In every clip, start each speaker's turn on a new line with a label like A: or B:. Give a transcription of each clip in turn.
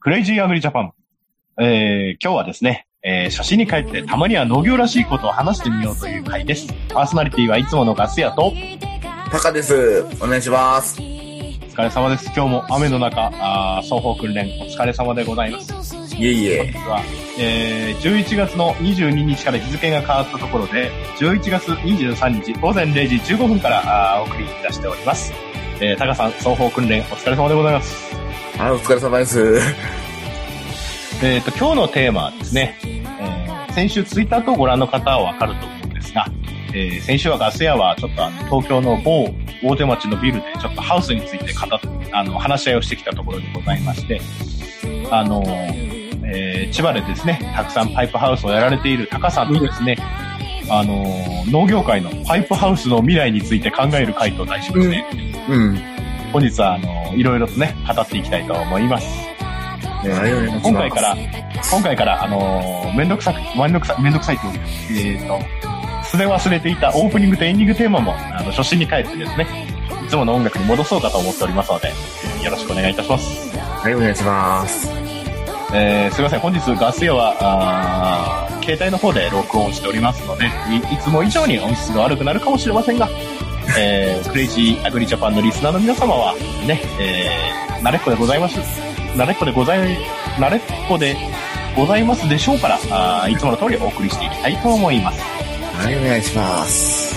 A: クレイジーアグリジャパン。えー、今日はですね、えー、写真に帰ってたまには農業らしいことを話してみようという回です。パーソナリティはいつものガス屋と、
B: タカです。お願いします。
A: お疲れ様です。今日も雨の中、あー双方訓練お疲れ様でございます。
B: いえいえ。
A: は、えー、11月の22日から日付が変わったところで、11月23日午前0時15分からあーお送りいたしております。えー、タカさん、双方訓練お疲れ様でございます。
B: あ、お疲れ様です。
A: えっ、と、今日のテーマはですね、えー先週ツイッターとご覧の方はわかると思うんですが、えー先週はガス屋はちょっとあの東京の某大手町のビルでちょっとハウスについて語っあの、話し合いをしてきたところでございまして、あのーえー千葉でですね、たくさんパイプハウスをやられている高さんとですね、あのー農業界のパイプハウスの未来について考える会と題しまして、
B: うん。
A: 本日はあのーいろいろとね、語っていきたいと思います。
B: はい、お願いします。
A: 今回から、今回から、あのーめんどくさく、めんどくさ、めんどくさいってことです。えっ、と、素で忘れていたオープニングとエンディングテーマも、あの、初心に帰ってですね、いつもの音楽に戻そうかと思っておりますので、よろしくお願いいたします。
B: はい、お願いします。
A: えー、すいません、本日ガス屋は、あー携帯の方で録音しておりますので、いいつも以上に音質が悪くなるかもしれませんが、えー、クレイジーアグリジャパンのリスナーの皆様は、ね、えー、慣れっこでございます。慣れっこでござい、慣れっこでございますでしょうから、あーいつもの通りお送りしていきたいと思います。
B: はい、お願いします。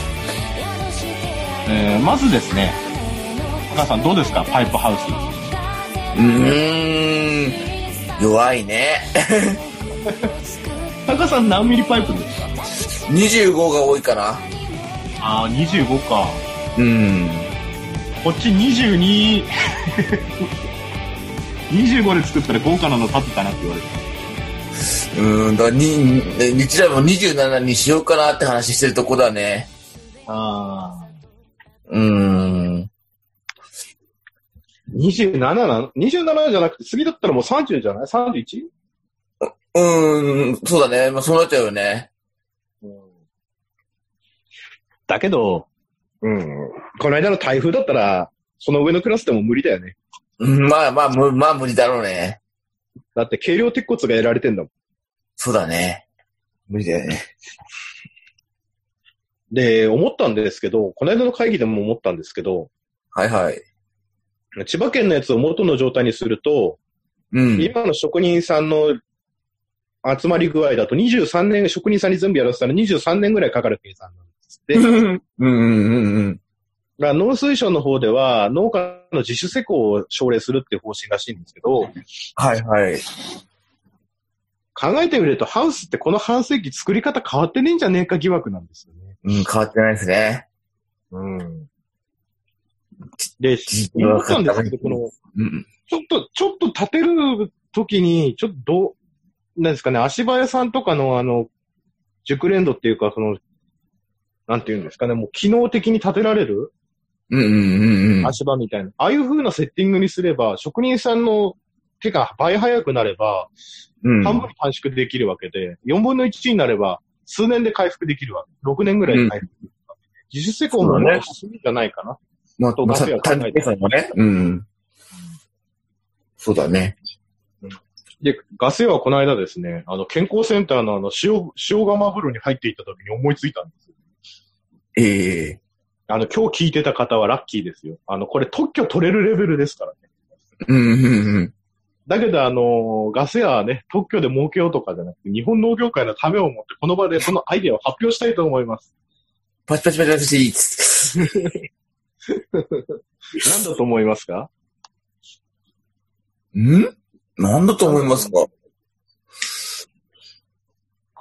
A: えー、まずですね、高橋さんどうですかパイプハウス。
B: うーん。弱いね。
A: 高橋さん何ミリパイプですか
B: 25が多いかな。
A: あー、25か。
B: うん。
A: こっち22 25で作ったら豪華なの立つかなって言われて
B: うん、だからに、日大も27にしようかなって話してるとこだね。
A: あ
B: うーん。
C: 27なの ?27 じゃなくて、次だったらもう30じゃない ?31?
B: うーん、そうだね。まあ、そうなっちゃうよね。
A: だけど
C: うん。この間の台風だったら、その上のクラスでも無理だよね。
B: うん、まあまあ、むまあ無理だろうね。
C: だって軽量鉄骨が得られてんだもん。
B: そうだね。無理だよね。
C: で、思ったんですけど、この間の会議でも思ったんですけど、
B: はいはい。
C: 千葉県のやつを元の状態にすると、
B: うん。
C: 今の職人さんの集まり具合だと23年、職人さんに全部やらせたら23年ぐらいかかる計算なんですって。
B: うんうんうんうん。
C: だから農水省の方では農家の自主施工を奨励するっていう方針らしいんですけど、
B: はいはい。
C: 考えてみると、ハウスってこの半世紀作り方変わってねえんじゃねえか疑惑なんですよね。
B: うん、変わってないですね。
C: うん。で、
B: 実は
C: 思ったんですけど、この、
B: うん。
C: ちょっと、ちょっと立てるときに、ちょっとどう、なんですかね、足早さんとかのあの、熟練度っていうか、その、なんていうんですかね、もう機能的に立てられる
B: うんうんうんうん。
C: 足場みたいな。ああいう風なセッティングにすれば、職人さんの手が倍早くなれば、
B: うん
C: 半分に短縮できるわけで、4分の1になれば、数年で回復できるわけ。6年ぐらいで回復できるわけ。自主施工の
B: そうだ
C: も
B: ね
C: 進むんじゃないかな。
B: まあ、
C: と
B: まあ、
C: ガスが考えて
B: 単純計算もね。うん。そうだね。
C: で、ガス屋はこの間ですね、あの、健康センターのあの、塩、塩釜風呂に入っていった時に思いついたんですよ。
B: ええ
C: あの、今日聞いてた方はラッキーですよ。あの、これ特許取れるレベルですからね。
B: うんうんうん。
C: だけど、あの、ガス屋はね、特許で儲けようとかじゃなくて、日本農業界のためを持って、この場でそのアイデアを発表したいと思います。
B: パチパチパチパチいいっつ。
C: 何だと思いますか
B: んなんだと思いますか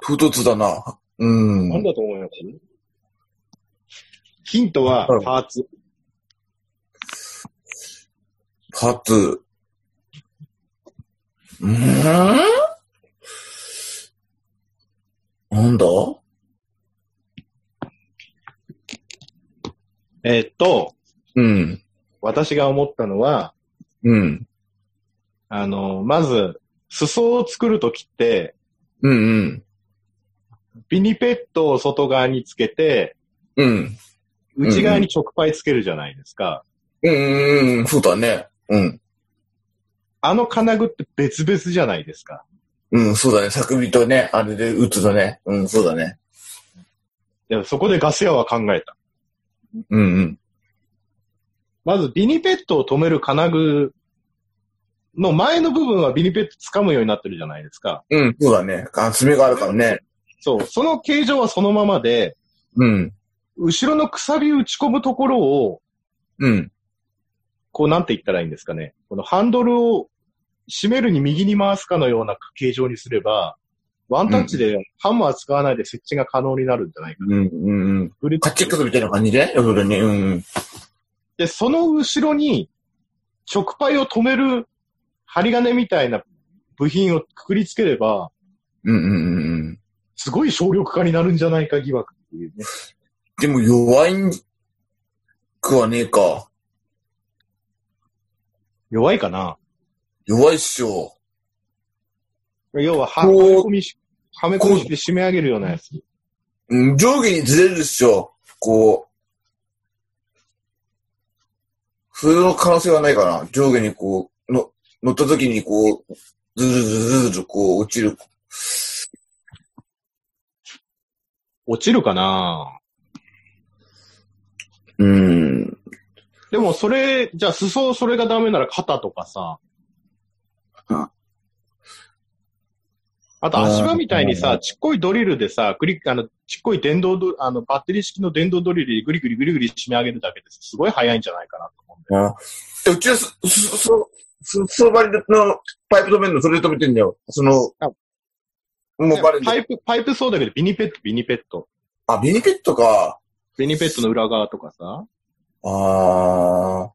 B: 唐突だな。うん。
C: 何だと思いますヒントは
B: うん
C: パーツ。
B: パツ。うーんなんだ
C: えーっと、
B: うん。
C: 私が思ったのは、
B: うん。
C: あの、まず、裾を作るときって、
B: うんうん。
C: ビニペットを外側につけて、
B: うん。
C: 内側に直パイつけるじゃないですか。
B: うんうんうん。そうだね。うん。
C: あの金具って別々じゃないですか。
B: うん、そうだね。作美とね、あれで打つのね。うん、そうだね。
C: いやそこでガス屋は考えた。
B: うんうん。
C: まずビニペットを止める金具の前の部分はビニペット掴むようになってるじゃないですか。
B: うん、そうだね。あ、爪があるからね。
C: そう。その形状はそのままで、
B: うん。
C: 後ろのくさび打ち込むところを、
B: うん。
C: こうなんて言ったらいいんですかね。このハンドルを締めるに右に回すかのような形状にすれば、ワンタッチでハンマー使わないで設置が可能になるんじゃないか。
B: うん、うん、うん。
C: グリップ
B: カッチックスみたいな感じで要するに。うん、うん。
C: で、その後ろに直パイを止める針金みたいな部品をくくりつければ、
B: うん、うん、うんうん。
C: すごい省力化になるんじゃないか疑惑っていうね。
B: でも弱いんくはねえか。
C: 弱いかな
B: 弱いっしょ。
C: 要はは、は
B: こう
C: め込みし、はめ込みして締め上げるようなやつ。
B: うん、上下にずれるっしょ。こう。それの可能性はないかな。上下にこう、の、乗った時にこう、ずるずるずるずるこう落ちる。
C: 落ちるかな
B: うん。
C: でもそれ、じゃあ裾それがダメなら肩とかさ
B: うん。
C: あと足場みたいに
B: あ
C: さ、ちっこいドリルでさ、クリック、あの、ちっこい電動ド、あの、バッテリー式の電動ドリルでグリグリグリグリ締め上げるだけです。すごい早いんじゃないかなと思うんだよ。
B: あでうちはそ、そ、そ、そ、そばりのパイプ止めるの、それで止めてんだよ。その
C: あ、
B: もうバレ
C: パ
B: る。
C: イプ、パイプそうだけど、ビニペット、ビニペット。
B: あ、ビニペットか。
C: ビニペットの裏側とかさ。
B: あー。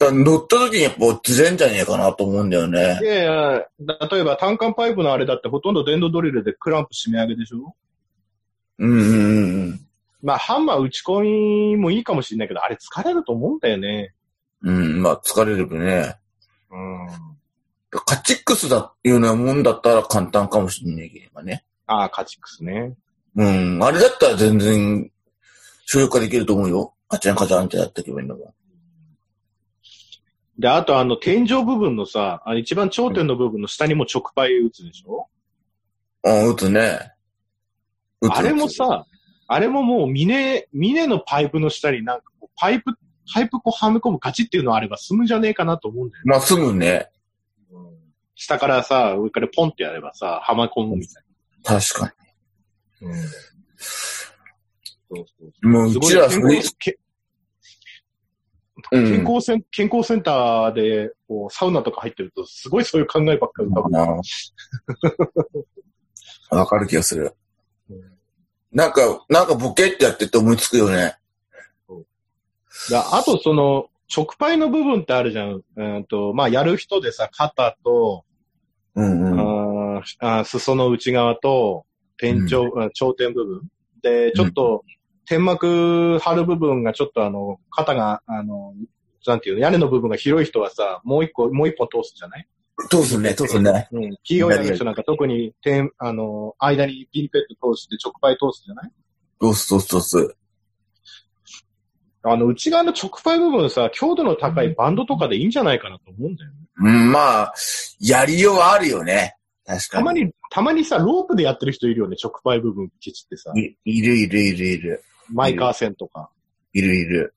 B: だ乗った時にやっぱずれんじゃねえかなと思うんだよね
C: い。やいや、例えば単管パイプのあれだってほとんど電動ドリルでクランプ締め上げでしょ
B: うんうんうん
C: まあ、ハンマー打ち込みもいいかもしれないけど、あれ疲れると思うんだよね。
B: うん。うん、まあ疲れるね。
C: うん。
B: カチックスだっていうようなもんだったら簡単かもしれないけどね。
C: ああ、カチックスね。
B: うん。あれだったら全然、所有化できると思うよ。カチャンカチャンってやっていけばいいんだも
C: で、あとあの、天井部分のさ、あの一番頂点の部分の下にも直パイ打つでしょ
B: ん。うん、打つね。打つ
C: あれも、さ、あれももう峰、峰のパイプの下になんかこう、パイプ、パイプこうはめ込むガチっていうのあれば済むんじゃねえかなと思うんだよね。
B: まあすぐね。
C: 下からさ、上からポンってやればさ、はめ込むみたい
B: 確か
C: な。うん。そうそう
B: に。もう
C: す
B: う
C: ごい
B: ちら、
C: 健
B: う
C: 康け
B: う
C: 健
B: ん。
C: 康セン、健康センターで、こう、サウナとか入ってると、すごいそういう考えばっかり浮かぶ。
B: あ あわかる気がする
C: うん。
B: なんか、なんかボケってやってて思いつくよね。
C: だあと、その、直パイの部分ってあるじゃん。うんと、まあ、やる人でさ、肩と、
B: うんうん。
C: あーあー裾の内側と、天井、あ頂点部分。で、ちょっと、天幕張る部分がちょっとあの、肩が、あの、なんていうの、屋根の部分が広い人はさ、もう一個、もう一本通すじゃない
B: 通すね、通すね。
C: うん。企業屋の人なんか特に、天、あの、間にピンペット通して直パイ通すじゃない
B: 通す、通す、通す。
C: あの、内側の直パイ部分さ、強度の高いバンドとかでいいんじゃないかなと思うんだよね。
B: うん、まあ、やりようはあるよね。確か
C: た
B: に。
C: まに、たまにさ、ロープでやってる人いるよね、直パイ部分、ケチってさ。
B: いいるいるいるいる。
C: マイカー線とか。
B: いるいる。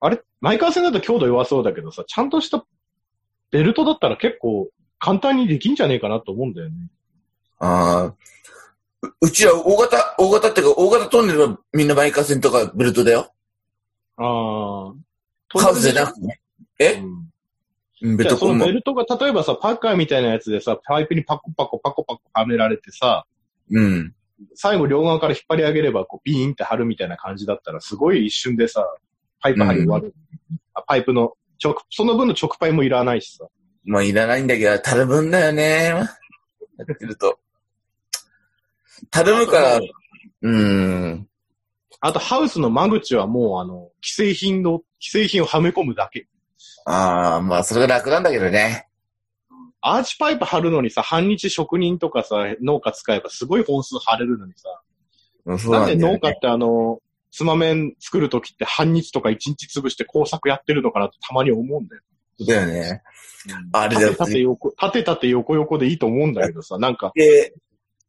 C: あれ、マイカー線だと強度弱そうだけどさ、ちゃんとしたベルトだったら結構簡単にできんじゃねえかなと思うんだよね。
B: ああ。ううちは大型、大型っていうか、大型トンネルはみんなバイカー線とかベルトだよ。
C: ああ。
B: カウスじゃなくてね。え
C: うん
B: うん
C: じ
B: ベル
C: ゃあ
B: トコ
C: そ
B: ン
C: の
B: も
C: ベ。ルトが、例えばさ、パッカーみたいなやつでさ、パイプにパコパコパコパコはめられてさ、
B: うん。
C: 最後両側から引っ張り上げれば、こう、ビーンって張るみたいな感じだったら、すごい一瞬でさ、パイプ張り終わる。あパイプの直、その分の直パイもいらないしさ。
B: まあ、いらないんだけど、たるむんだよね。やってると。たるむから、うーん。
C: あと、ハウスの間口はもう、あの、既製品の、既製品をはめ込むだけ。
B: ああ、まあ、それが楽なんだけどね。
C: アーチパイプ貼るのにさ、半日職人とかさ、農家使えばすごい本数貼れるのにさ。
B: うんそう
C: な
B: なんんだ
C: で
B: よ、ね。
C: 農家ってあの、つまめん作るときって半日とか一日潰して工作やってるのかなってたまに思うんだよ。
B: だよね。あれだ
C: 縦
B: っ
C: 縦
B: て、
C: 横、縦縦横横でいいと思うんだけどさ、なん か、
B: で、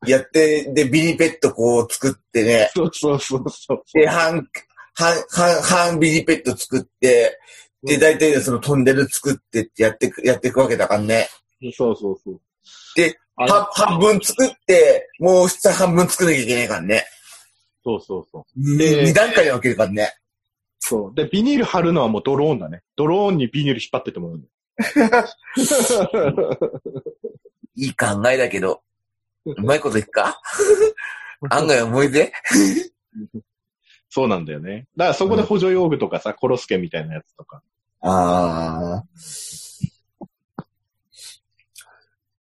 B: やって、で、ビリペットこう作ってね、
C: そうそうそうそう。
B: で、半、半、半、半ビリペット作って、で、大体そのトンネル作ってってやってく、やっていくわけだからね。
C: そうそうそう。
B: で
C: あれ、
B: 半半分作って、もう下半分作んなきゃいけないからね。
C: そうそうそう。で
B: 二段階に分けるからね。
C: そう。で、ビニール貼るのはもうドローンだね。ドローンにビニール引っ張ってってもらうんだよ。
B: いい考えだけど、うまいこといくか 案外思い出
C: そうなんだよね。だからそこで補助用具とかさ、コロスケみたいなやつとか。
B: ああ。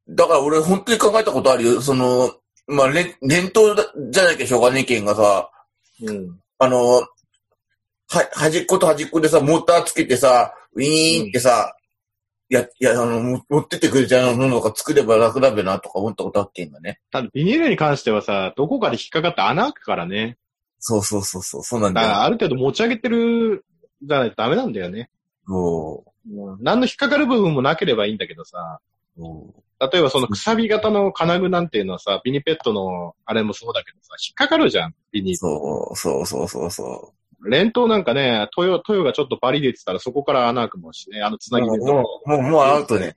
B: だから俺本当に考えたことあるよ。その、まあ、れ連投だじゃなきゃしょうがねえけんがさ、
C: うん。
B: あの、は、端っこと端っこでさ、モーターつけてさ、ウィーンってさ、や、や、あの、も持ってってくれちゃうものとか作れば楽だべなとか思ったことあっけんがね。
C: ただ、ビニールに関してはさ、どこかで引っかかって穴開くからね。
B: そうそうそうそう、そうなん
C: だから、
B: だよ。
C: ある程度持ち上げてるじゃないとダメなんだよね。
B: そ
C: 何の引っかかる部分もなければいいんだけどさ、
B: うそ
C: 例えばそのくさび型の金具なんていうのはさ、ビニペットのあれもそうだけどさ、引っかかるじゃん、ビニ
B: うそうそうそうそうそう。
C: 連投なんかね、トヨ、トヨがちょっとバリ出てたらそこから穴開くもんしね、あのつなぎ
B: も
C: 目
B: う、
C: と
B: も
C: か。
B: う、もうもうアウトね。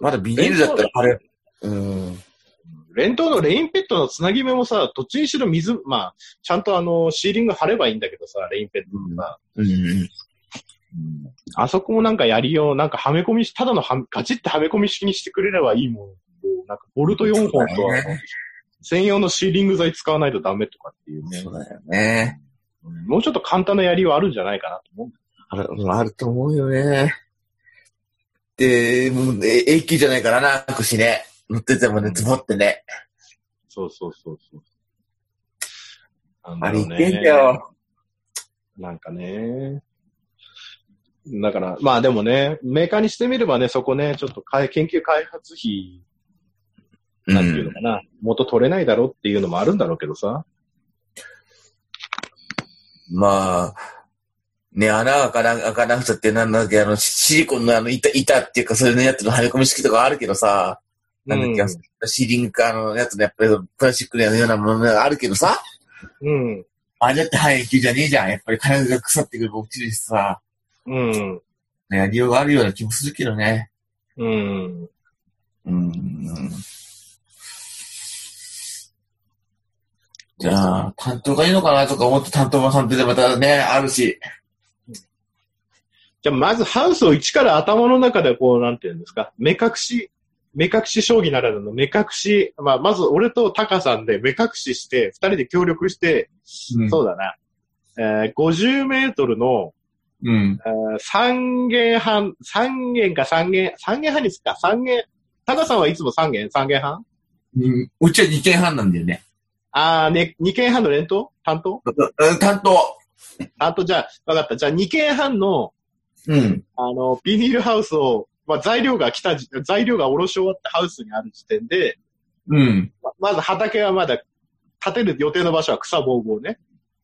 B: まだビニールだったら、あれ。うん。
C: 連投のレインペットのつなぎ目もさ、どっちにしろ水、まあ、ちゃんとあの、シーリング貼ればいいんだけどさ、レインペットのさ、
B: うん。
C: あそこもなんかやりよう、なんかはめ込みし、ただのはめガチってはめ込み式にしてくれればいいもん。なんか、ボルト4本
B: そ
C: と
B: う
C: あ
B: だ
C: の、専用のシーリング材使わないとダメとかっていうね。
B: そうだよね。
C: もうちょっと簡単なやりはあるんじゃないかなと思うんだ
B: ある、うんあると思うよね。で、もう、え永久じゃないからな、くしね。乗っててもね、ズボってね。
C: そうそうそうそう。なん
B: あ
C: だ
B: れ、
C: ろ
B: いうけん
C: ね
B: だよ。
C: なんかね。だから、まあでもね、メーカーにしてみればね、そこね、ちょっとかい研究開発費、
B: うん
C: なんていうのかな、元取れないだろうっていうのもあるんだろうけどさ。
B: まあ、ね、穴が開かな開かなくたってなんだっけ、あの、シシリコンのあの、板、板っていうか、それのやつのはめ込み式とかあるけどさ、なんだっけ、
C: うん
B: シーリングかあのやつの、やっぱりプラスチックのようなものがあるけどさ、
C: うん。
B: あれだって半永久じゃねえじゃん。やっぱり金具が腐ってくる落ちるしさ、
C: うん。
B: ね、やりようがあるような気もするけどね。
C: うん。
B: うん。じゃあ、担当がいいのかなとか思って担当が担当でまたね、あるし。
C: じゃあ、まずハウスを一から頭の中でこう、なんていうんですか、目隠し、目隠し将棋ならぬの目隠し、まあ、まず俺とタカさんで目隠しして、二人で協力して、
B: うん
C: そうだな、えー、50メートルの、
B: うん。
C: 3弦半、3弦か3弦、3弦半にするか、3弦。タカさんはいつも3弦 ?3 弦半
B: うんうちは2件半なんだよね。
C: あー、ね、2弦半の連投担当
B: うん、担当。
C: 担当じゃあ、わかった。じゃあ2弦半の、
B: うん。
C: あの、ビニールハウスを、まあ、材料が来たじ、材料がおろし終わったハウスにある時点で、
B: うん。
C: ままず畑はまだ、建てる予定の場所は草ぼうぼうね。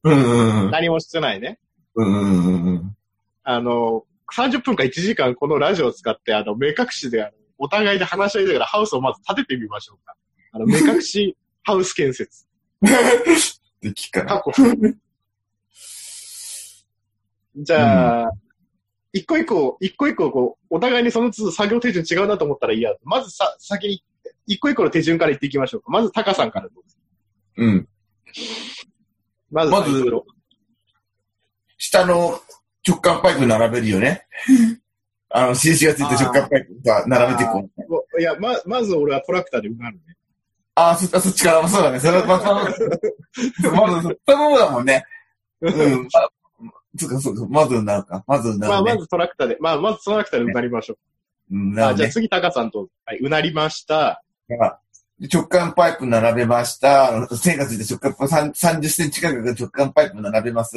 B: うんうんうん。
C: 何もしてないね。
B: うんうんうんうん。
C: あの、30分か1時間このラジオを使って、あの、目隠しで、あのお互いで話し合いながらハウスをまず建ててみましょうか。あの、目隠しハウス建 設。
B: できっかな。
C: 過去。じゃあ、一個一個、一個一個、こう、お互いにその都度作業手順違うなと思ったらいいや。まずさ、先に、一個一個の手順から言っていきましょうか。まず、タカさんからどうぞ。
B: うん。
C: まず、
B: まず
C: サイコロ
B: 下の直管パイプ並べるよね。あの、印がついた直管パイプが並べてこう。
C: おいや、ま、まず俺はトラクターで埋まるね。
B: ああ、そ、あそっちから、そうだね。それは、まあ、 そのまず、そっの方だもんね。うん。まあ、そうか、そうか、まずになるか。まずにな
C: まあ、
B: るね。
C: まずトラクターで、まあ、まずトラクターで埋まりましょう。
B: うん、な
C: あ
B: る
C: じゃあ
B: ね。
C: 次、タカさんと、はい、うなりました。
B: で直管パイプ並べました。線がついて直管パイプ、さん30センチ間隔の直管パイプ並べます。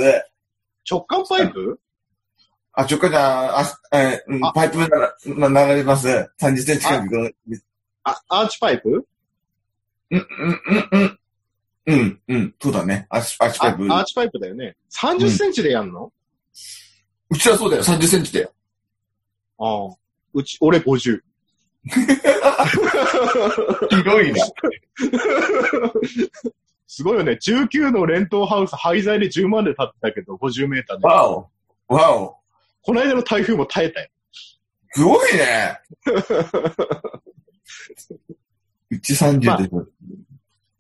C: 直感パイプ
B: あ、直管じゃん、あ、えーうん
C: あ
B: パイプなら、な並べます。30センチ間隔の。うん、
C: あ、アーチパイプ
B: うん、うん、うん。うん、うん、そうだね。足、足パイ
C: あ
B: プ。
C: アーチパイプだよね。30センチでやんの、
B: うちはそうだよ、30センチだよ。
C: ああ。うち、俺50。
B: 広い な。
C: すごいよね。19の連投ハウス、廃材で10万で建ってたけど、50メーターで。
B: わお。わお。
C: この間の台風も耐えたよ。
B: すご いね。うち30で、
C: ま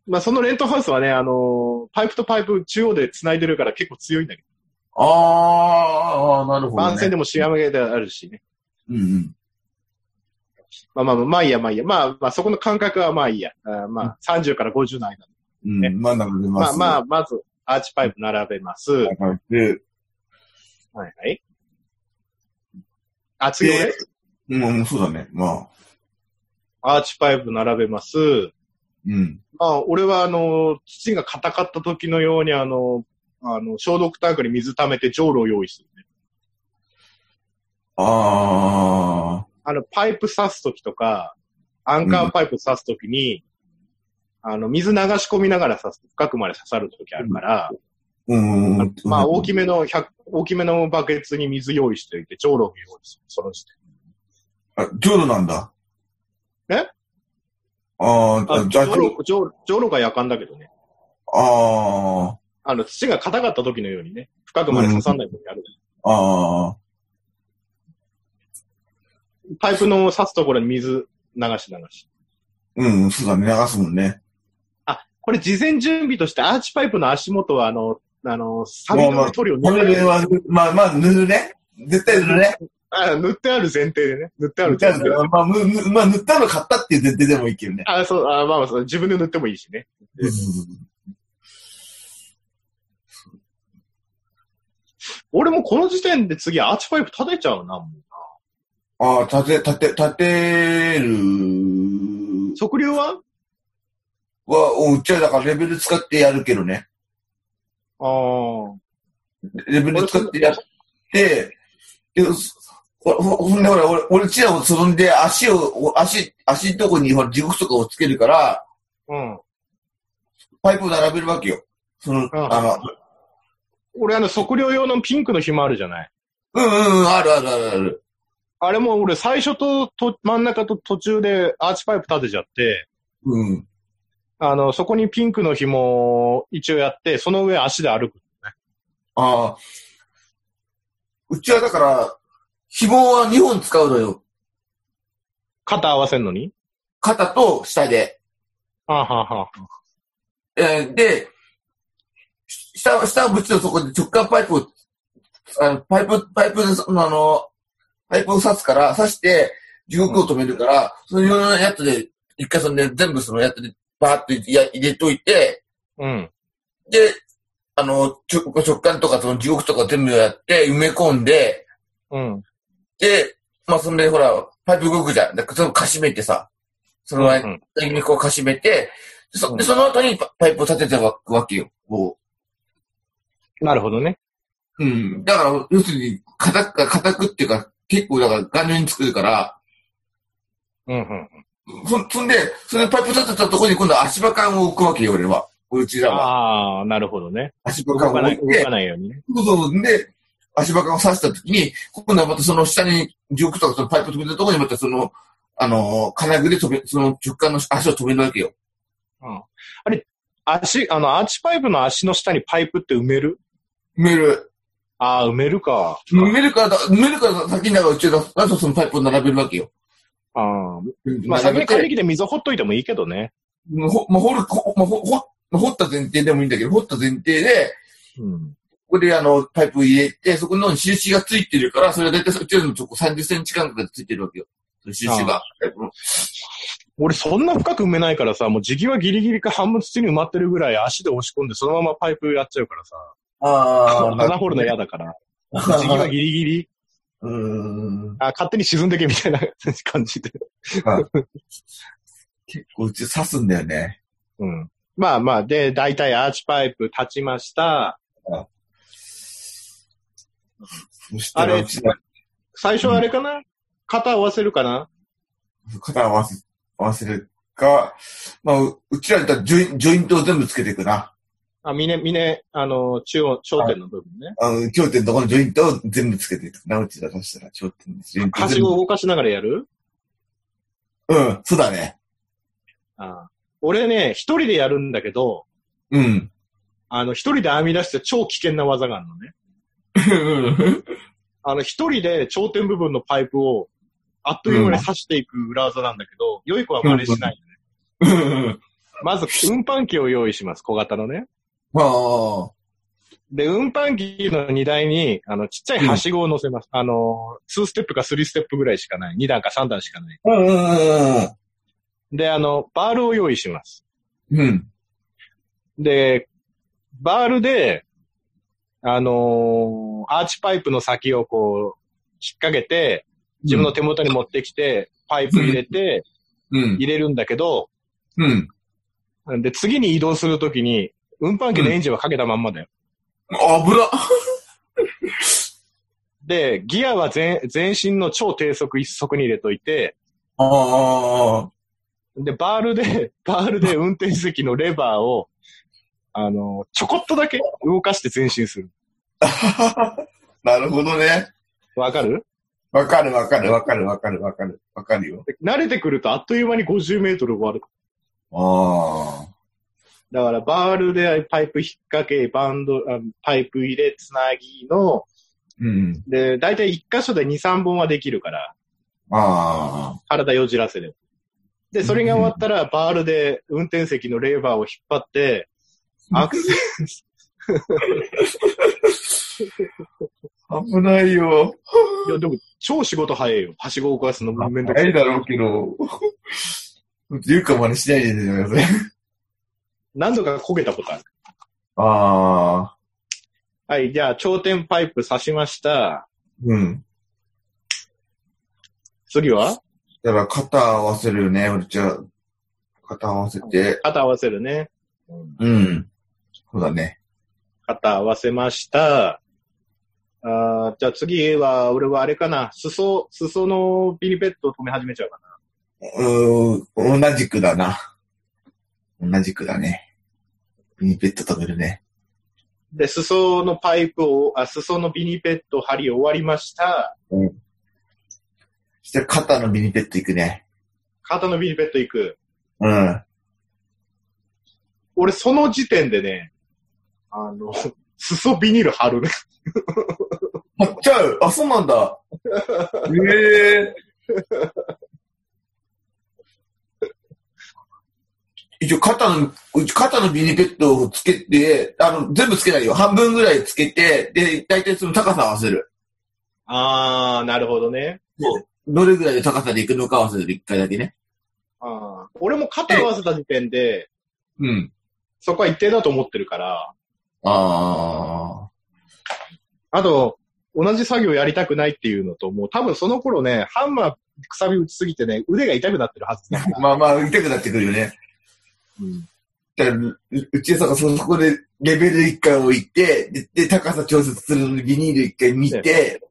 C: まあ、そのレントハウスはね、あのーパイプとパイプ中央で繋いでるから結構強いんだけ
B: あーあー、なる
C: ど、
B: ほど、
C: 番線
B: ね。
C: でも仕上げであるしね。
B: うんうん。
C: まあまあまあ、まあいいや、まあいいや。まあまあ、そこの感覚はまあいいや。あーまあ、30から50の間。
B: う
C: ね
B: ん、まあ、並べま
C: まあ
B: す。
C: まあ、まず、アーチパイプ並べます。はい
B: あ、で、
C: はい。あ、次俺
B: でもうん、そうだね。まあ、
C: アーチパイプ並べます。
B: うん。
C: まあ、俺はあの、土が硬かった時のようにあの、あの、消毒タンクに水溜めて蒸炉を用意するね。
B: あ
C: あの、パイプ刺す時とか、アンカーパイプ刺す時に、あの、水流し込みながら刺すと深くまで刺さる時あるから、
B: ー、うん、うん。
C: まあ、大き
B: い。
C: めの100、大きめのバケツに水用意しておいて、蒸炉を用意する。その時点。
B: あ、ジョーロなんだ。
C: え
B: あー
C: あ
B: あ、じゃあ、
C: 上炉、上上炉がやかんだけどね。
B: あ
C: あの、土が硬かった時のようにね、深くまで刺さんない時ある。
B: あ、ああ、
C: パイプの刺すところに水流し流し。
B: うん、うんそうだね。流すもんね。
C: これ事前準備としてアーチパイプの足元はあの、あの、サビの塗料塗
B: こ
C: ってあ
B: れ
C: る、
B: は、まあまあ、塗るね。絶対塗るね。
C: あ塗ってある前提でね。塗ってあ
B: 塗
C: る
B: っ
C: 前
B: たやつ
C: 提で。
B: だまあ、むむまあ、塗ったの買ったっていう前提でもいいけどね。
C: あ、そう、あまあまあそう、自分で塗ってもいいしね。
B: うんうん
C: 俺もこの時点で次アーチパイプ立てちゃうな、もう。
B: ああ、立て、立て、立てる
C: 測量は
B: は、おうちはだからレベル使ってやるけどね。
C: ああ。
B: レベル使ってやって、で、そほほほんでほら、俺、俺ちらもそんで足を、お足、足のとこにほら、軸とかをつけるから、
C: うん。
B: パイプを並べるわけよ。その、あの、
C: 俺あの測量用のピンクのひまわりじゃない。
B: うんうんうん、あるあるあるある。
C: あれも俺最初とと真ん中と途中でアーチパイプ立てちゃって、
B: うん。
C: あの、そこにピンクの紐を一応やって、その上足で歩く。
B: ああ。うちはだから、紐は2本使うのよ。
C: 肩合わせんのに
B: 肩と下で。
C: あはあはあ。
B: えーで、下、下はもちろんそこで直管パイプを、あの、パイプ、パイプで、そのあの、パイプを刺すから、刺して、地獄を止めるから、そのいろんなやつで、一回そのね、全部そのやつで、バーっとや入れといて、
C: うん。
B: で、あの、直直管とかその地獄とか全部やって、埋め込んで、
C: うん。
B: で、まあ、そんで、ほら、パイプ動くじゃん。だからそれをかしめてさ、その間
C: うん
B: にこうかしめて、でそでその後にパパイプを立ててわわけよ。こう
C: なるほどね。
B: うん。だから、要するに、硬く、硬くっていうか、結構、だから、頑丈に作るから、
C: うんうん。
B: そ、そんで、それパイプ立てたところに今度は足場管を置くわけよ、俺は。うちらは。
C: ああ、なるほどね。
B: 足場
C: 動
B: 管
C: か
B: を
C: な
B: 置
C: い、
B: い
C: 動
B: て
C: か、ないようにね。
B: そうそう、で、足場管を刺したときに、今度はまたその下に、重苦とかそのパイプ止めたところにまたその、あのー、金具で止め、その直管の足を止めるわけよ。
C: うん。あれ、足、あの、アーチパイプの足の下にパイプって埋める
B: 埋める。
C: ああ、埋めるか。
B: 埋めるから、だ埋めるから先にだからうちら、あとそのパイプを並べるわけよ。
C: ああ。まあ、先
B: 並
C: に
B: べて
C: 管理機で水ほっといてもいいけどね。
B: ほ、まあ、掘る、ほ、まあ、ほ、ほ、掘った前提でもいいんだけど、掘った前提で、
C: うん。
B: ここであの、パイプ入れて、そこの印がついてるから、それはだいたいうちのとこ30センチ間隔でついてるわけよ。その印が。
C: 俺、そんな深く埋めないからさ、もう地際ギリギリか半分土に埋まってるぐらい足で押し込んで、そのままパイプやっちゃうからさ。
B: あ
C: 穴掘るの嫌だから。地際ギリギリ、
B: うーん。
C: あ勝手に沈んでけみたいな 感じで。
B: 結構うち刺すんだよね。
C: うん。まあまあ、で、大体アーチパイプ立ちました。
B: そしたらうちが
C: 最初あれかな、肩合わせるかな
B: 肩を合わせ、合わせるか、まあ、ううちらだったらジョインジョイントを全部つけていくな。
C: ああ、峰、峰、あの、中央、商店の部分ね。
B: あの、頂点のこのジョイントを全部つけて、直内が出したら頂点のジョイント
C: はし
B: 全
C: ごを
B: 部。
C: 動かしながらやる
B: うん、そうだね。
C: あ俺ね、一人でやるんだけど、
B: うん。
C: あの、一人で編み出して超危険な技があるのね。あの、一人で頂点部分のパイプを、あっという間に刺していく裏技なんだけど、良い子は真似しない。
B: うん。
C: まず、運搬機を用意します、小型のね。
B: まあ、
C: で、運搬機の荷台に、あの、ちっちゃいはしごを乗せます。あの、2ステップか3ステップぐらいしかない。2段か3段しかない。
B: うんうん
C: で、あの、バールを用意します。
B: うん。うん。
C: で、バールで、あのーアーチパイプの先をこう、引っ掛けて、自分の手元に持ってきて、パイプ入れて、
B: うん。
C: 入れるんだけど、
B: うん。
C: で、次に移動するときに、運搬機のエンジンはかけたまんまだよ。
B: 危な
C: で、ギアは全全身の超低速一速に入れといて、
B: ああ。
C: で、バールで、 バールで運転席のレバーを、あの、ちょこっとだけ動かして前進する。
B: なるほどね。
C: わかる
B: わかるわかるわかるわかるわかる。わかるよ。
C: で慣れてくるとあっという間に50メートル終わる。
B: ああ。
C: だから、バールでパイプ引っ掛け、バンド、あパイプ入れ、つなぎの、
B: うん。
C: で、だいたい1箇所で2、3本はできるから、
B: あ
C: 体よじらせれば。で、それが終わったら、バールで運転席のレバーを引っ張って、アクセル、
B: あ。危ないよ。
C: いやでも超仕事早いよ。はしごを動かすのもめんどくさい
B: ないだろうけど。言うか真似しないでください。
C: 何度か焦げたことある。
B: ああ。
C: はい、じゃあ、頂点パイプ刺しました。
B: うん。
C: 次は
B: だから肩合わせるよね、うちは。肩合わせて。
C: 肩合わせるね。
B: うん。そうだね。
C: 肩合わせました。あーじゃあ次は、俺はあれかな。裾、裾のビリペットを止め始めちゃうかな。
B: うーん、同じくだな。同じくだね。ミニペット食べるね。
C: で、裾のパイプを、あ、裾のビリペット張り終わりました。
B: そしたら肩のミニペットいくね。
C: 肩のビリペット行く。
B: うん。
C: 俺、その時点でね、あの、 裾ビニール貼るね。
B: 貼っちゃうあ、そうなんだ。ええ一応肩の、うち肩のミニペットをつけて、あの、全部つけないよ。半分ぐらいつけて、で、大体その高さ合わせる。
C: あー、なるほどね。
B: どれぐらいの高さでいくのか合わせる、一回だけね。
C: あー俺も肩合わせた時点で、
B: うん。
C: そこは一定だと思ってるから、
B: ああ。
C: あと、同じ作業やりたくないっていうのと、もう多分その頃ね、ハンマー、くさび打ちすぎてね、腕が痛くなってるは ずだから。
B: まあまあ、痛くなってくるよね。
C: うん
B: だから、ううちはさ、そそこでレベル1回置いて、で、で高さ調節するのにビニール1回見て、で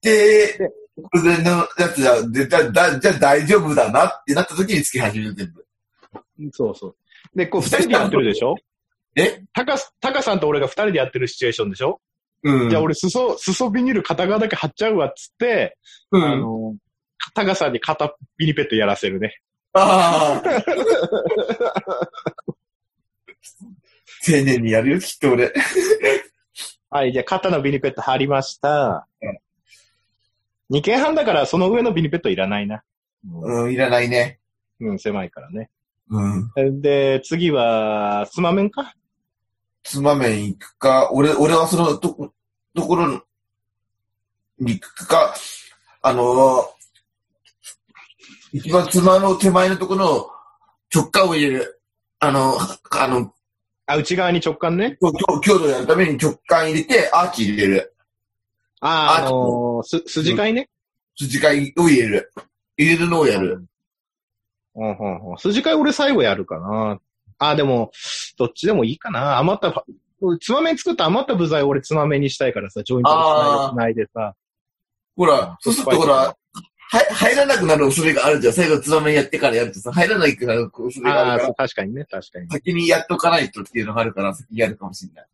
C: で、
B: これのやつだ、でだだじゃあ大丈夫だなってなった時につけ始める全部。
C: そうそう。で、こう、二人でやってるでしょ
B: え
C: タカ、タカさんと俺が二人でやってるシチュエーションでしょ、
B: うん
C: じゃあ、俺、裾、裾ビニール片側だけ貼っちゃうわっつって、
B: うん
C: あの、タカさんに片ビニペットやらせるね。
B: ああ。 丁寧にやるよ、きっと俺。
C: はい、じゃあ肩のビニペット貼りました。二軒半だから、その上のビニペットいらないな。
B: うん、いらないね。
C: うん、狭いからね。
B: うん。
C: で、次は、つまめんか
B: つまめん行くか、俺、俺はそのと、ところに行くか、あのー一番つまの手前のところの直感を入れる。あの、あの、
C: あ、内側に直感ね。
B: 強強強度をやるために直感入れて、アーチ入れる。
C: あー、
B: あ
C: あのー、す、筋交いね。
B: 筋交いを入れる。入れるのをやる。
C: うん、うん、うん。筋交い俺最後やるかな。あー、でも、どっちでもいいかな。余ったパ、つまめに作った余った部材を俺つまめにしたいからさ、ジョイントにつないでつないでさ。
B: ほら、そうするとほら、はい入らなくなる恐れがあるじゃん。最後、つまめやってからやるとさ、入らないくなる恐れがあ
C: ああそ
B: るから
C: う、、確かにね、確かに。
B: 先にやっとかないとっていうのがあるから、先にやるかもしれない。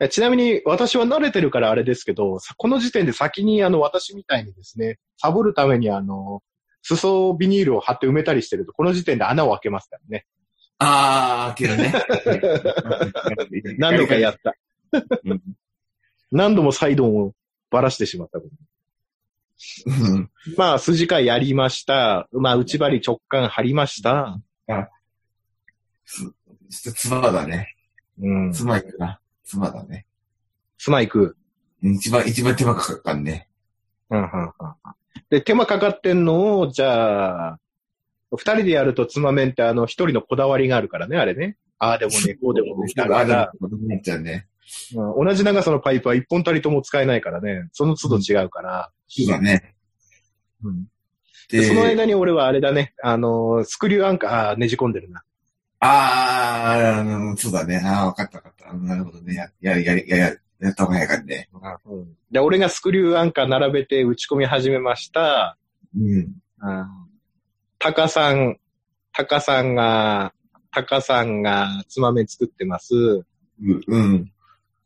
C: えちなみに私は慣れてるからあれですけど、さこの時点で先にあの私みたいにですね、サボるためにあの、裾をビニールを貼って埋めたりしてると、この時点で穴を開けますからね。
B: あー、けどね。
C: 何度かやった。
B: うん
C: 何度もサイドンをばらしてしまったこと。
B: うん
C: まあ、筋がやりました。まあ、内張り直感張りました。
B: ちょっと妻だね。
C: うん。
B: 妻行くな。妻だね。
C: スマイク。
B: 一番、一番手間かかるからね。
C: うんうんうんで、手間かかってんのを、じゃあ、二人でやるとつまめんってあの、一人のこだわりがあるからね、あれね。ああでもね、こうでもね。だか
B: あ、で
C: ら、
B: も、子供になっちゃうね。
C: うん同じ長さのパイプは一本たりとも使えないからね、その都度違うから。
B: そうだね。
C: うんで
B: で、
C: その間に俺はあれだね、あのースクリューアンカーあーねじ込んでるな。
B: あーうん、そうだね。あー、わかったわかった。なるほどね。や、や、や、や、ややった方が早かったね。
C: うんで、俺がスクリューアンカー並べて打ち込み始めました。
B: うん。
C: タカさん、タカさんが、タカさんがつまめ作ってます。
B: ううん。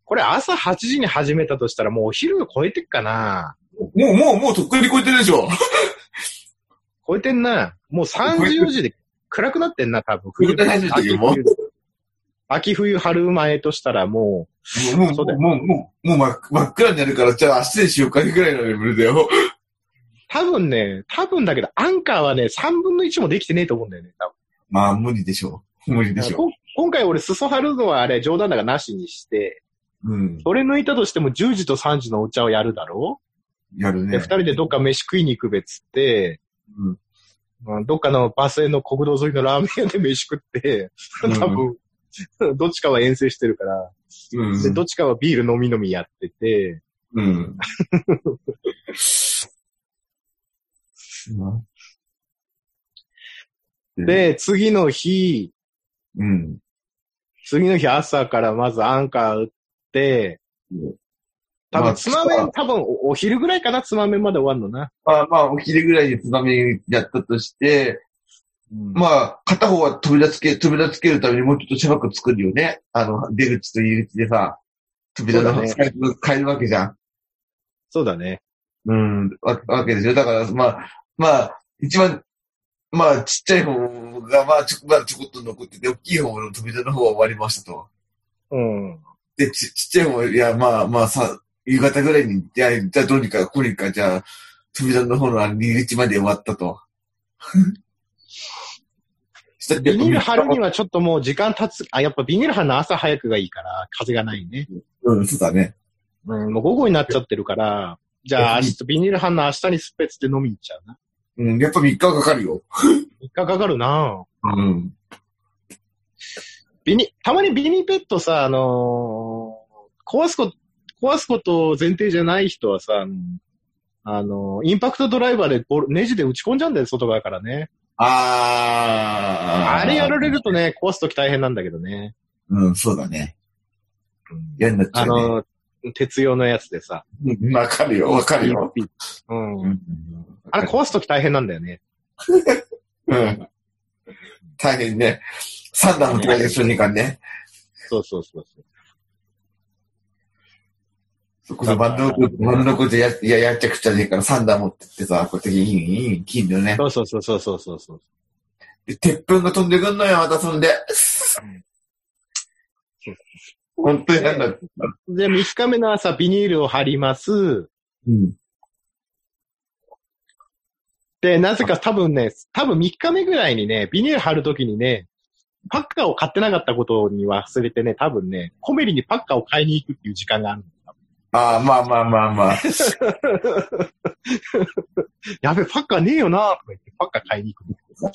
C: これ朝8時に始めたとしたらもうお昼超えてっかな
B: もう、もう、もう、とっくに超えてるでしょ。
C: 超えてんな。もう30時で暗くなってんな、多分。
B: 暗くなってる時も
C: 秋冬秋冬春前としたらも
B: もう、
C: そうだよ
B: もう、もう、もう、真っ真っ暗になるから、じゃあ、失礼しようかぐらいのレベルだよ。
C: う、多分ね、多分だけど、アンカーはね、3分の1もできてねえと思うんだよね、多分。
B: まあ、無理でしょう。無理でしょ
C: こん今回俺、裾張るのはあれ、冗談だがなしにして、
B: う。うん。
C: それ抜いたとしても10時と3時のお茶をやるだろう
B: やる
C: で、
B: ね
C: 二。人でどっか飯食いに行くべっつって、
B: うん
C: うんどっかのバス停の国道沿いのラーメン屋で飯食って、
B: うん
C: 多分、 どっちかは遠征してるから、
B: うん。
C: で、どっちかはビール飲み飲みやってて、
B: うん。うん、
C: で、次の日、
B: うん。
C: 次の日朝からまずアンカー打って、多
B: まあ
C: 分、つまめ、多分お、お昼ぐらいかな、つまめまで終わんのな。
B: まあまあ、お昼ぐらいで津波やったとして、
C: まあ、
B: まあ、片方は扉つけ、扉つけるためにもうちょっと狭く作るよね。あの、出口と入り口でさ、扉の
C: そ
B: 使い方変えるわけじゃん。
C: そうだね。
B: うん、わわけですよ。だから、まあ、まあ、一番、まあ、ちっちゃい方が、まあ、ちょ、まあ、ちょこっと残ってて、大きい方の扉の方は終わりましたと。
C: うん。
B: で、ち、ちっちゃい方、いや、まあ、まあ、さ、夕方ぐらいに、じゃあ、じゃあどうにか、こうにか、じゃあ、扉の方の入り口まで終わった と。した
C: ビニール貼るにはちょっともう時間経つ、あ、やっぱビニール貼るの朝早くがいいから、風がないね。
B: うん、そうだね。
C: うん、もう午後になっちゃってるから、じゃあ明日、ビニールハンの明日にスペッツで飲みに行っちゃうな。
B: うん、やっぱ3日はかかるよ。
C: 3日かかるな
B: うん。
C: ビニ、たまにビニペットさ、あのー壊すこと、壊すことを前提じゃない人はさ、あのーインパクトドライバーでボルネジで打ち込んじゃうんだよ、外側からね。
B: あー。
C: あれやられるとね、壊すとき大変なんだけどね。
B: うん、そうだね。嫌になっち
C: あ
B: ゃう、ね。
C: のー鉄用のやつでさ。
B: うんわかるよ、わかるよ。
C: うん。あ
B: あ
C: れ壊すとき大変なんだよね。
B: うん。大変ね。三段のプロジェクション時間ね。
C: そうそうそうそう。
B: そこのバンドのこと、バンドのことや、いや、やっちゃくちゃねえから三段持ってってさ、こうやっていい、いい、金のね。
C: そうそうそうそうそうそうそう。
B: で、鉄粉が飛んでくんのよ、また飛んで。本当になんだ。
C: で、3日目の朝、ビニールを貼ります。
B: うん。
C: で、なぜか多分ね、多分3日目ぐらいにね、ビニール貼るときにね、パッカーを買ってなかったことに忘れてね、多分ね、コメリにパッカーを買いに行くっていう時間がある。
B: ああ、まあまあまあまあ。
C: やべ、パッカーねえよなとか言って、パッカー買いに行く。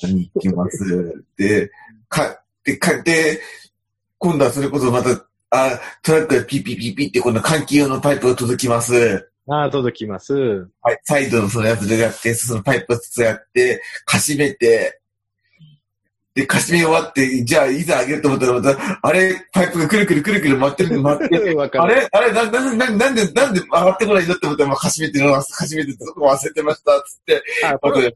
B: に行きます。で、か、で、か、で、今度はそれこそまた、あ、トラックでピッピッピッピッって、この換気用のパイプが届きます。
C: ああ、届きます。
B: はい、サイドのそのやつでやって、そのパイプをつつやって、かしめて、で、貸し目終わって、じゃあ、いざあげると思ったら、また、あれ、パイプがくるくるくるくる回ってる、回って る。
C: わか
B: あ
C: る。
B: れあれな、な、な、なんで、なんで上がってこないんだって思ったら、まあ、貸し目っていうのは、貸し目ってとこ忘れてました、つって。
C: あこれ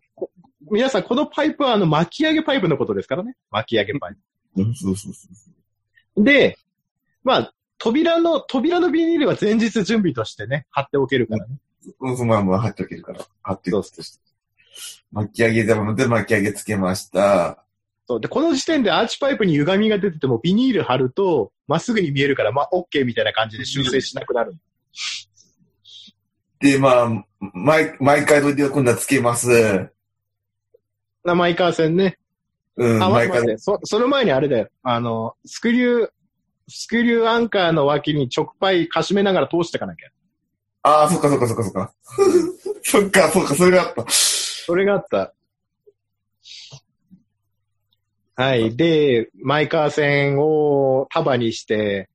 C: 皆さん、このパイプはあの巻き上げパイプのことですからね。巻き上げパイ
B: うんそうそうそ
C: プ。で、まあ、扉の、扉のビニールは前日準備としてね、貼っておけるからね。
B: う。うん、そのまま貼っておけるから。貼って
C: そ
B: お
C: う
B: くとして。巻き上げで、で、巻き上げつけました。
C: そう。で、この時点でアーチパイプに歪みが出てても、ビニール貼ると、まっすぐに見えるから、まあ、OK みたいな感じで修正しなくなる。
B: で、まあ、毎、毎回の量今度はつけます。
C: なマイカー線ね。
B: うん、
C: あ、待って
B: 毎
C: 待
B: 回
C: って。そ、その前にあれだよ。あの、スクリュー、スクリューアンカーの脇に直パイかしめながら通していかなきゃ。
B: ああ、そっかそっかそっかそ っか。そっか、そっか、それがあった。
C: それがあった。はい。で、マイカー線を束にして、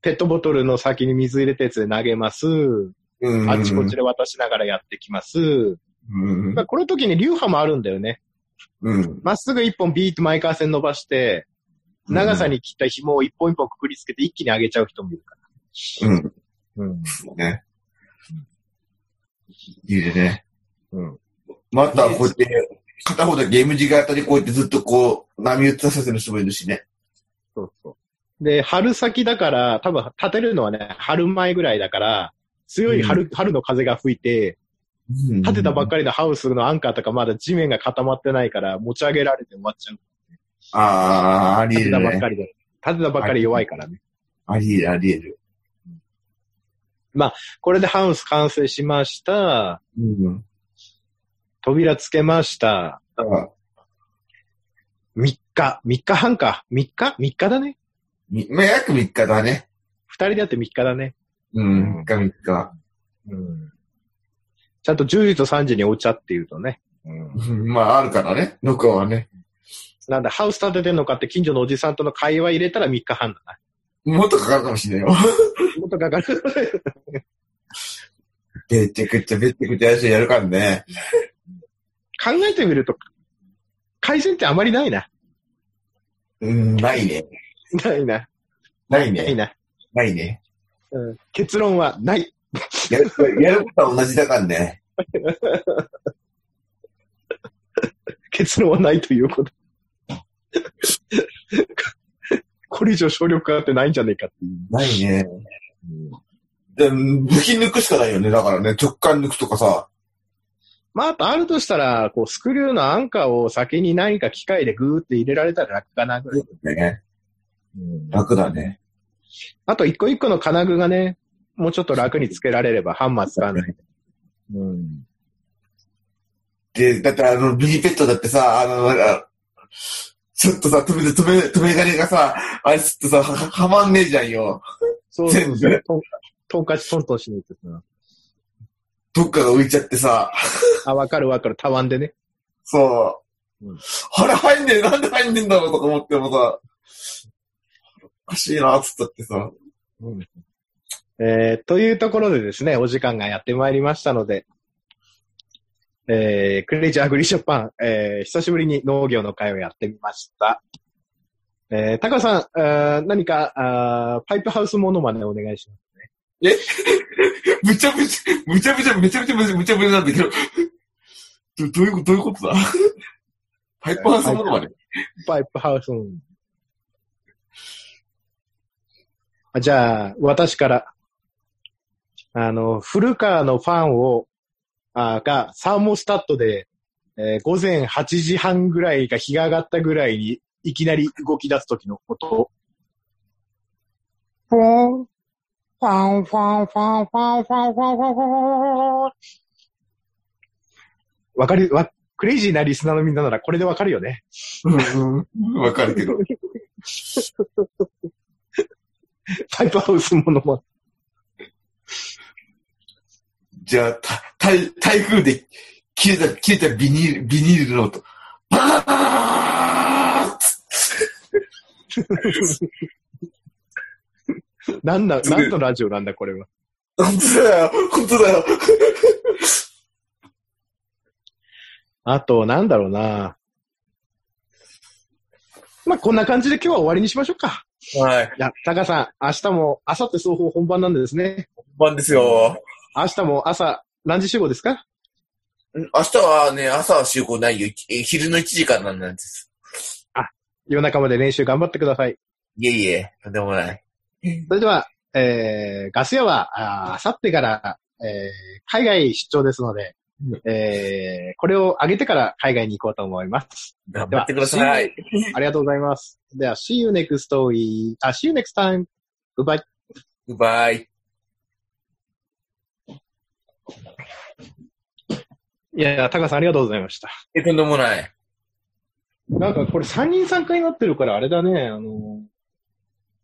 C: ペットボトルの先に水入れたやつで投げます。
B: うん。
C: あっちこっちで渡しながらやってきます。
B: うん
C: まあ、この時に流派もあるんだよね。
B: うん。
C: まっすぐ一本ビートマイカー線伸ばして、長さに切った紐を一本一本くくりつけて一気に上げちゃう人もいるか
B: うん。
C: ら。うん。
B: ね。いいでね。
C: うん。
B: また、こうやって、片方でゲーム時間あたりこうやってずっとこう、波打たさせる人もいるしね。
C: そうそう。で、春先だから、多分立てるのはね、春前ぐらいだから、強い春、春の風が吹いて、立てたばっ
B: か
C: かりのハウスのアンカーとかまだ地面が固まってないから持ち上げられて終わっちゃう。
B: ああ、あり
C: 立て
B: え
C: た
B: る
C: ばっ
B: ね。
C: かりで。立てたばっかり弱いからね。
B: ありえる、ありえる。
C: これでハウス完成しました。
B: うん。
C: 扉つけました。
B: だから、
C: 3日、3日半か。3日 ?3 日だね。
B: みまあ、約3日だね。
C: 2人でやって3日だね。
B: うん、3日3日。
C: うん。ちゃんと10時と3時にお茶っていうとね。うん
B: うんまあ、あるからね、向こうはね。
C: なんだ、ハウス建ててんのかって近所のおじさんとの会話入れたら3日半だな。
B: もっとかかるかもしれないよ。
C: もっとかかる。
B: べっちゃくちゃべっちゃくちゃやる人やるからね。
C: 考えてみると、改善ってあまりないな。
B: うん、ないね。
C: ないな。
B: ない
C: ない
B: ね。
C: な。
B: ないね。
C: うん、結論はない。
B: やる、やることは同じだからね。
C: 結論はないということ。 これ以上省力化ってないんじゃねえかっていう。
B: ないね。で、部品抜くしかないよね。だからね、直感抜くとかさ。
C: まあ、あとあるとしたら、こう、スクリューのアンカーを先に何か機械でグーって入れられたら楽かなぐらい。
B: ね。楽だね。
C: あと一個一個の金具がね、もうちょっと楽につけられればハンマー使わない。うん。
B: で、だってあの、ミニペットだってさ、あの、なんか、ちょっとさ、止め、止め、止め金がさ、あれちょっとさ、は、はまんねえじゃんよ。
C: そうそうそう。とんトンカチトントンしに行ってさ。
B: どっかが浮いちゃってさ。
C: あ、わかるわかる。たわんでね。
B: そう。
C: うん
B: あれ入んねえ、なんで入んねえんだろうとか思ってもさ、おかしいな、つったってさ。
C: えーというところでですね、お時間がやってまいりましたので、えークレイジーアグリジャパン、えー久しぶりに農業の会をやってみました。えー、高尾さん、あー何かあーパイプハウスモノマネお願いします。
B: むちゃむちゃ、むちゃむちゃ、めちゃめちゃ、むちゃむちゃなんだけど。ど、どういうこと、どういうことだハイパーさんものまで。
C: パイプハウスモノマネあじゃあ、私から、あの、古川のファンを、あが、サーモスタットで、えー午前8時半ぐらいか日が上がったぐらいに、いきなり動き出す時のこと。フォン、ファンファンファンファンファンファンファンファンファン。わかる、わ、クレイジーなリスナーのみんなならこれでわかるよね。
B: うんうんわかるけど。
C: パイプハウスものも。
B: じゃあ、た台台風で切れた、切れたビニール、ビニールの音。バーン
C: なんだ、なんのラジオなんだ、これは。
B: 本当だよ、本当だよ。
C: あと、なんだろうな。まあ、こんな感じで今日は終わりにしましょうか。
B: はい。
C: いや、タカさん、明日も、明後日双方本番なんでですね。
B: 不安ですよ。
C: 明日も朝、何時集合ですか
B: 明日はね、朝は集合ないよ。いえ昼の1時からなんです。
C: 夜中まで練習頑張ってください。
B: いえいえ、とんでもない。
C: それでは、えー、ガス屋は、あさってから、えー、海外出張ですので
B: うん、
C: えー、これを上げてから海外に行こうと思います。
B: 頑張ってください。
C: ありがとうございます。では、see you next week. あ、see you next time. Goodbye.
B: グバイ。
C: いやいや、タカさんありがとうございました。
B: え、とんでもない。
C: なんかこれ三人参加になってるからあれだね、あの、